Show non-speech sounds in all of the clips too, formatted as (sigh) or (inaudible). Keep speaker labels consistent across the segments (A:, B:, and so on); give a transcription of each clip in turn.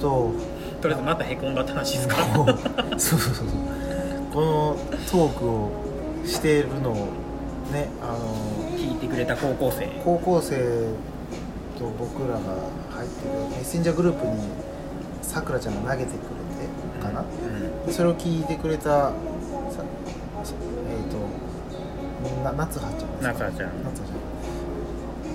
A: と
B: とりあえずまたへこんだって話ですか
A: こうそうそうそうそうこのトークをしているのをねあの
B: 聞いてくれた高校生
A: 高校生と僕らが入ってるメッセンジャーグループにさくらちゃんが投げてくれてかな、
B: うん
A: それを聞いてくれたささえっ、とな夏葉ちゃん
B: なかちゃん
A: 夏葉ちゃんっ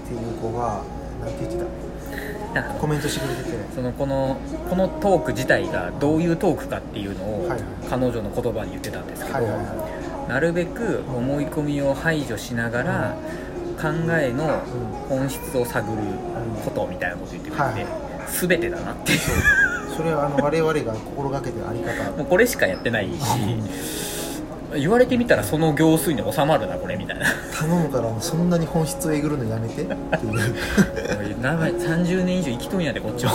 A: ていう子が何て言ってたコメントしてくれてて
B: そのこのこのトーク自体がどういうトークかっていうのを
A: はいはい
B: 彼女の言葉に言ってたんですけど、
A: はいはいは
B: なるべく思い込みを排除しながら考えの本質を探ることみたいなこと言ってくれて、
A: はい
B: 全てだなって (laughs)
A: いそれはあの我々が心がけてるあり方
B: もうこれしかやってないし言われてみたらその行数に収まるなこれみたいな (laughs)
A: 頼むからそんなに本質をえぐるのやめてっていう
B: おい長い30年以上生きとんやでこっちは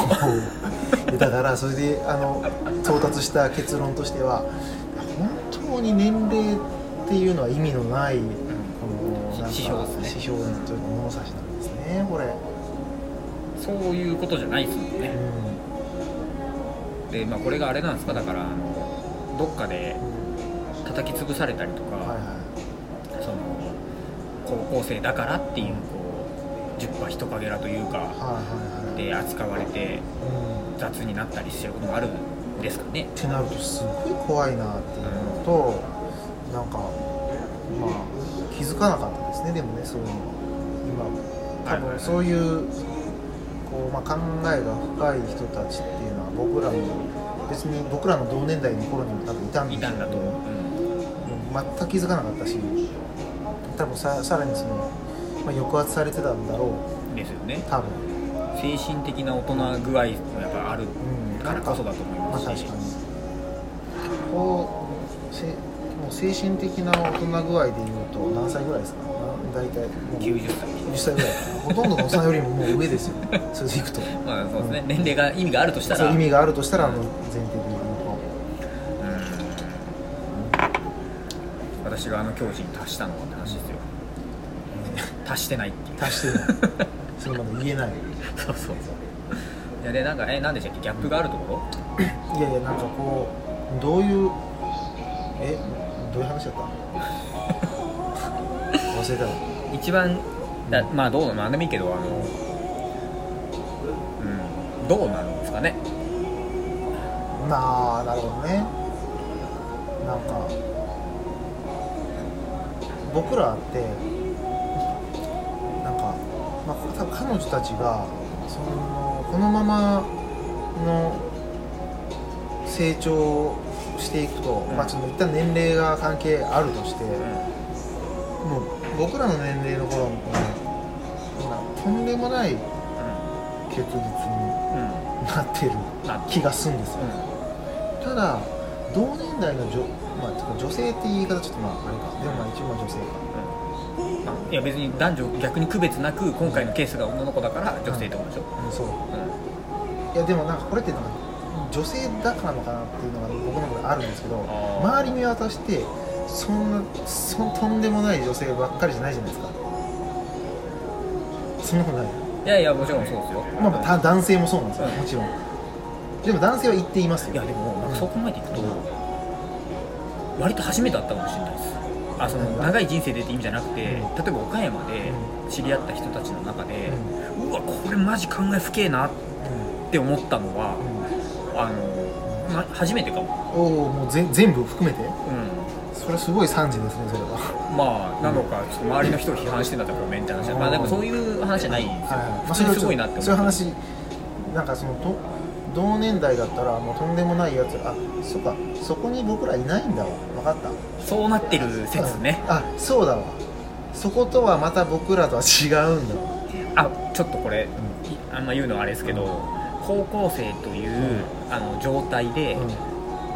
A: でだからそれであの到達した結論としては本当に年齢っていうのは意味のないこのなんか
B: 指標ですね
A: 指標というか物差しなんですねこれ、
B: そういうことじゃないですもんね
A: う
B: で、まあ、これがあれなんですかだからあのどっかで叩き潰されたりとか、
A: ん、はいはい
B: その高校生だからっていうこう十羽人影らというか
A: はいはいはい
B: で扱われて
A: うんっ
B: 雑になったりしてることもあるんですかね
A: てなるとすごい怖いなっていうのと、なんかまあ気づかなかったですねでもねそういうのは今多
B: はいはいはい
A: 分そういうこう、まあ、考えが深い人たちっていうのは僕らも別に僕らの同年代の頃にも多分いたんで
B: い
A: す
B: た
A: け
B: んだ
A: ど
B: と思う、
A: うん全く気づかなかったし多分ささらにその、まあ、抑圧されてたんだろう
B: うん、ですよね
A: 多分、
B: 精神的な大人具合もやっぱある
A: うん、
B: からこそだと思い
A: ま
B: ま
A: あ
B: すし、
A: 確かにこうせもう精神的な大人具合でいうと何歳ぐらいですかな大体もう90
B: 90歳
A: 歳ぐらいかなほとんどのおさんよりももう上ですよ (laughs) それでいくと
B: まあそうですね、年齢が意味があるとした
A: そう
B: ら
A: いう意味があるとしたらあの前提的にこ
B: うん私があの境地に達したのはって話ですよ達してないっていう
A: う足し
B: (laughs)
A: てないそれまで言えない
B: そうそうそういやでなんかえ何でしたっけギャップがあるところ
A: いやいやなんかこうどういうえどういう話だった忘れたわ
B: 一番だまあどうなの何でもいいけどあのうんどうなるんですかね
A: なあなるほどねなんか僕らってなんか、まあ、多分彼女たちがそのこのままの成長をしていくと、
B: うん
A: まあちょっと一旦年齢が関係あるとして、
B: う
A: もう僕らの年齢の頃もなんかとんでもない結実に
B: んうん
A: なってる
B: なって
A: 気がするんですよ。
B: う
A: ただ同年代の女,、まあ、ちょっと女性って言い方ちょっとまああれかでもまあ一応まあ女性か
B: んあいや別に男女逆に区別なく今回のケースが女の子だから女性ってことでしょ、
A: うんそう
B: うん
A: いやでもなんかこれってなんか女性だからなのかなっていうのが僕の中であるんですけど
B: あー
A: 周り見渡してそんなそんとんでもない女性ばっかりじゃないじゃないですかそんなことない、
B: いやいやもちろんそうですよ、
A: まあまあ、た男性もそうなんですよ、
B: うん
A: もちろんでも男性は言っていますよ
B: いやでもなんかそう考えていくと、
A: うん
B: 割と初めてだったかもしれないですあその
A: うん
B: 長い人生でって意味じゃなくて、
A: うん
B: 例えば岡山で知り合った人たちの中で、うわこれマジ考え深えなっ
A: う
B: て思ったのは
A: ん、うん
B: あの、ま、初めてかも、
A: おおもうぜ全部含めて
B: うん、
A: それはすごい惨事ですねそれは
B: まあなのかちょっと周りの人を批判してたとごめんって話だまあでもそういう話じゃないんですよ、
A: はい
B: 普通にすごいなって
A: そういう
B: 思う
A: 話なんかそのと同年代だったらもうとんでもないやつあそっかそこに僕らいないんだわ分かった
B: そうなってる説ね
A: あそうだわそことはまた僕らとは違うんだわ
B: あちょっとこれ、いあんま言うのはあれですけど、高校生という、あの状態で、
A: うん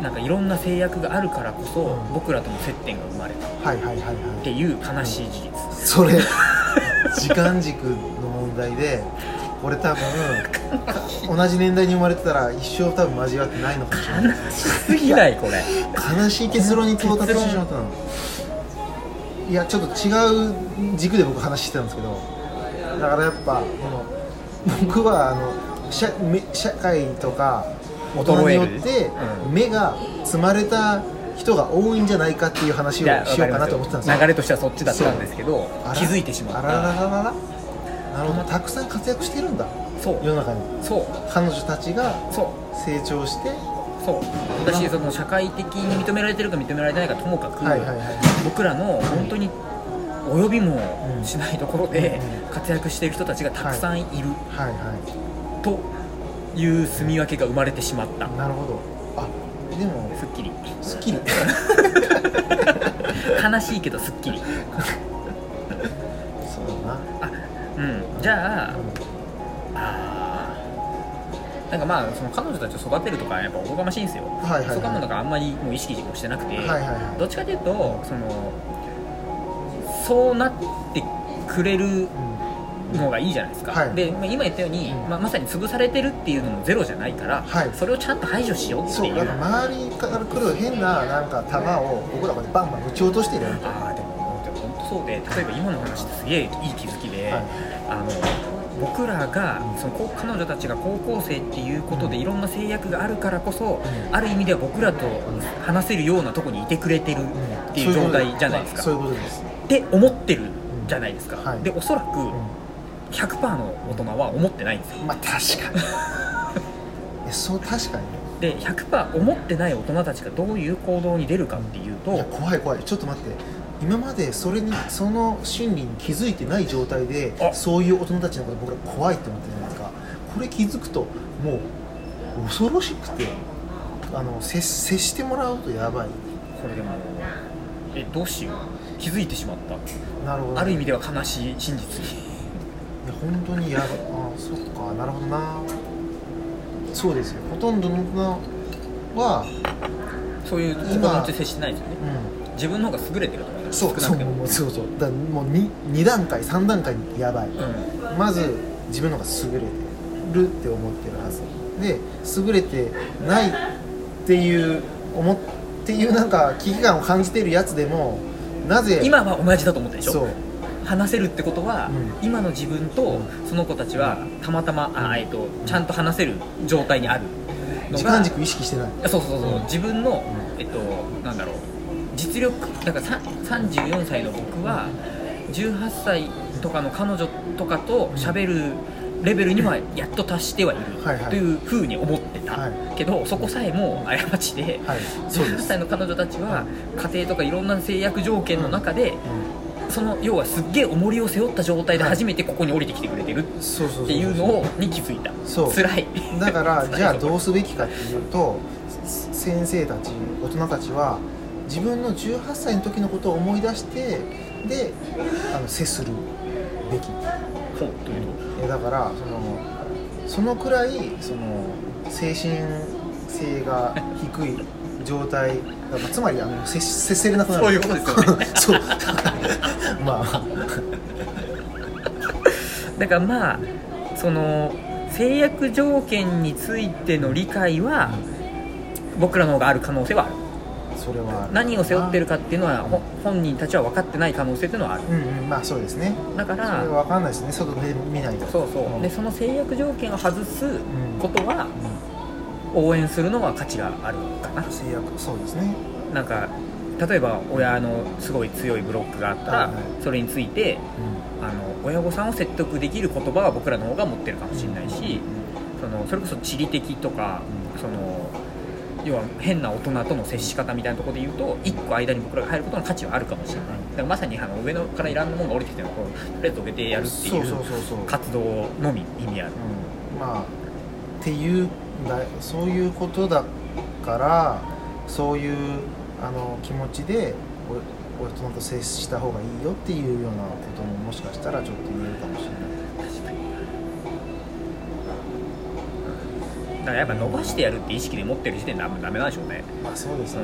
B: なんかいろんな制約があるからこそ、
A: うん
B: 僕らとの接点が生まれたっ
A: はいはいはいは
B: ていう悲しい事実、
A: いそれ時間軸の問題で俺多分
B: (laughs)
A: 同じ年代に生まれてたら一生多分交わってないのかもしれない
B: すぎないこれ
A: 悲しい結論に到達してしまったのいやちょっと違う軸で僕話してたんですけどだからやっぱこの僕はあの社め社会とか大人によっ
B: 衰え
A: て
B: る
A: 目が積まれた人が多いんじゃないかっていう話を
B: いやわ
A: しよ
B: か
A: う
B: り
A: か
B: ま
A: な
B: す
A: と
B: よ
A: 思ってたんですよ
B: 流れとしてはそっちだったんですけど
A: あら
B: 気づいてしま
A: あ
B: っ
A: ららら
B: た
A: ららなるほどたくさん活躍してるんだ
B: そう
A: 世の中に
B: そう
A: 彼女たちが
B: そう
A: 成長して
B: そう私その社会的に認められてるか認められてないかともかく、
A: はいはいはい
B: 僕らの本当に及びもしないところで
A: うん
B: 活躍している人たちがたくさんいる
A: はいは
B: という住み分けが生まれてしまった、
A: いなるほどあでも
B: すっきり
A: スッキリ
B: 悲しいけどすっきり
A: そうだな
B: うんじゃ
A: う
B: あ
A: ん
B: あーなんかまあその彼女たちを育てるとかはやっぱおこがましいんですよ、
A: はいはいはい
B: そこはもうなんかあんまりもう意識もしてなくて、
A: はいはいはい
B: どっちかというとそのそうなってくれる
A: うん
B: のがいいじゃないですか、
A: はい
B: でまあ今言ったように、
A: うん
B: まあ、まさに潰されてるっていうのもゼロじゃないから、
A: はい
B: それをちゃんと排除しようって
A: そ
B: いうう
A: なんか周りから来る変ななんか球を僕らこうやってバンバン打ち落としてるよ
B: あーでもでも本当そうで例えば今の話ってすげえいい気づきで、
A: はい
B: あの僕らがそのこう彼女たちが高校生っていうことで
A: うん
B: いろんな制約があるからこそ、
A: うん
B: ある意味では僕らと話せるようなとこにいてくれてるっていう状態じゃないですか、
A: そういうことです
B: って思ってるじゃないですか、
A: うんはい
B: でおそらく100%の大人は思ってないんですよ
A: まあ確
B: (laughs)
A: かにえそう確かに
B: で100%思ってない大人たちがどういう行動に出るかっていうと、
A: いや怖い怖いちょっと待って今までそれにその心理に気づいてない状態で
B: あ
A: そういう大人たちのこと僕ら怖いって思ってるじゃないですかこれ気づくともう恐ろしくてあの接接してもらうとやばい
B: これでもえどうしよう気づいてしまった
A: なるほど
B: ある意味では悲しい真実に
A: いや本当にやばいあーそっかなるほどなそうですよほとんどの大人は
B: そういう心持ち接してないですよね
A: う
B: 自分の方が優れてると思い
A: ん
B: ます
A: そう
B: 少な
A: そう
B: くても
A: もうそうそうだからもう 2, 二段階3段階にやばい
B: うん
A: まず自分の方が優れてるって思ってるはずで優れてないっていう思っっていうなんか危機感を感じているやつでもなぜ
B: 今は同じだと思ったでし
A: そう
B: ょ話せるってことは、
A: う
B: 今の自分とその子たちはたまたま、あえっとちゃんと話せる状態にあるのが
A: 時間軸意識してない
B: あそうそうそう、
A: うん
B: 自分の
A: う、
B: えっと、なんだろう実力だからさ34歳の僕は18歳とかの彼女とかと喋るレベルにはやっと達してはいる
A: はいはい
B: というふうに思ってた、
A: はい
B: けどそこさえも過ちで、
A: はいそうで
B: 18
A: す、
B: 歳の彼女たちは家庭とかいろんな制約条件の中で、その要はすっげえ重りを背負った状態で
A: はい
B: 初めてここに降りてきてくれてる
A: うん、そうそうそう
B: っていうのをに気づいた
A: そう
B: 辛い
A: だから
B: 辛い
A: じゃあどうすべきかっていうとせ先生たち大人たちは自分の18歳の時のことを思い出してであの接するべき
B: ほうというと
A: えだからそのそのくらいその精神性が低い状態だからつまりあの接接せれなくなる
B: そういうことです
A: (laughs) そ
B: よね
A: うまあ
B: だからまあその制約条件についての理解は僕らの方がある可能性はある
A: それは
B: 何を背負ってるかっていうのはほ本人たちは分かってない可能性っていうのはある
A: うんうんまあそうですね
B: だか
A: それ
B: ら
A: は分かんないですね外で見ないと
B: そうそ
A: ん
B: うでその制約条件を外すことは
A: うん
B: 応援するのは価値があるかな
A: 制約そうですね
B: なんか例えば親のすごい強いブロックがあった
A: は
B: ら
A: いはい
B: それについて
A: う
B: あの親御さんを説得できる言葉は僕らの方が持ってるかもしれないし、そのそれこそ地理的とか、その要は変な大人との接し方みたいなところで言うと1個間に僕らが入ることの価値はあるかもしれないだからまさにあの上のからいらんのものが降りてきてるのをこうとりあえず上げてやるってい
A: そうそう
B: う
A: そうそう、
B: 活動のみ意味ある
A: うん、まあっていうんだそういうことだからそういうあの気持ちでお大人と接した方がいいよっていうようなことももしかしたらちょっと言えるかもしれない
B: 確かにだからやっぱ伸ばしてやるって意識で持ってる時点であんまダメなんでしょうね
A: まあそうですね、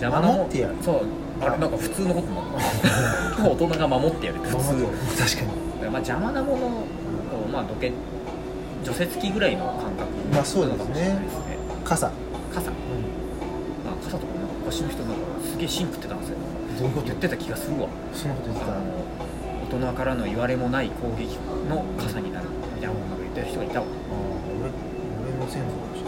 B: 邪魔なもん
A: 守ってやる
B: そうあれなんか普通のこと
A: (laughs)
B: なの大人が守ってやるって普
A: まあまあ
B: 通
A: 確かに
B: だからまあ邪魔なものをまあどけ除雪機ぐらいの感覚
A: まあそうですね
B: なのかもしれないですね
A: 傘、
B: 傘、まあ、傘とかなんか昔の人なんかすげえ芯食ってたんですよ
A: どういうこ
B: 言
A: と
B: ってた気がするわ
A: そのこと言ってたら
B: あの大人からの言われもない攻撃の傘になるみたいなものを言ってた人がいた
A: ああ
B: わ
A: 俺俺の先祖かもし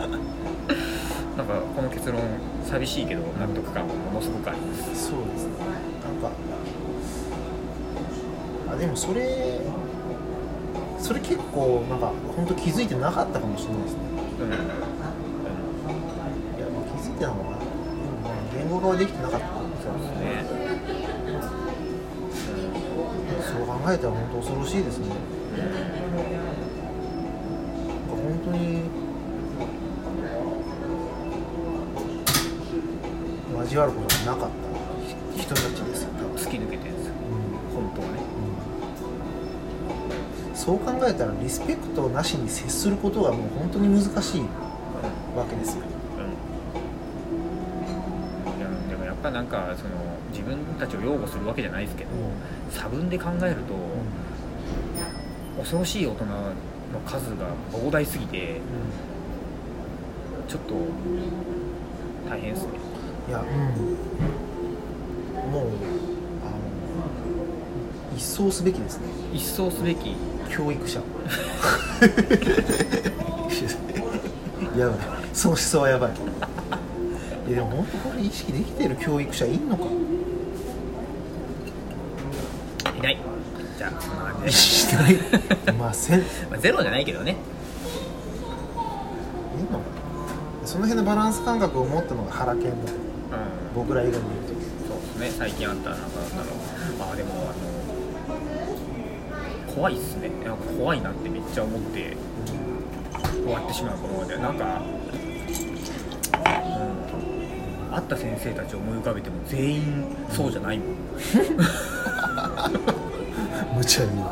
A: れない
B: なんかこの結論寂しいけど納得感がものすごくあります
A: そうですねなんかあでもそれそれ結構なんか本当気づいてなかったかもしれないですね
B: うん
A: いやまあ気づいてたのかなでもまあ言語化はできてなかった
B: そうですね
A: そう考えたら本当恐ろしいですねなんか本当に交わることがなかった人たちですよ多分、
B: 突き抜けてるんですよ本当はね
A: うんそう考えたらリスペクトなしに接することがもう本当に難しいわけですよ
B: うんいやでもやっぱなんかその自分たちを擁護するわけじゃないですけど、
A: う
B: 差分で考えると、
A: ん
B: 恐ろしい大人の数が膨大すぎてちょっと大変ですね
A: いや、うん、もうあの一掃すべきですね
B: 一掃すべき
A: 教育者やばいその思想はやばいいやでも本当これ意識できてる教育者いんのか
B: いないじゃあそんな感
A: 意
B: じ
A: 識ないませんいん
B: (laughs) で、まあ、ゼロじゃないけどね
A: のかなその辺のバランス感覚を持ったのが原研だ
B: うん
A: 僕ら以外にいる時
B: そうですね最近あったなんかなんだろうああでもあの怖いっすねなんか怖いなってめっちゃ思って終わってしまうこのままでなんか、うん、会った先生たちを思い浮かべても全員そうじゃないもん
A: 無茶に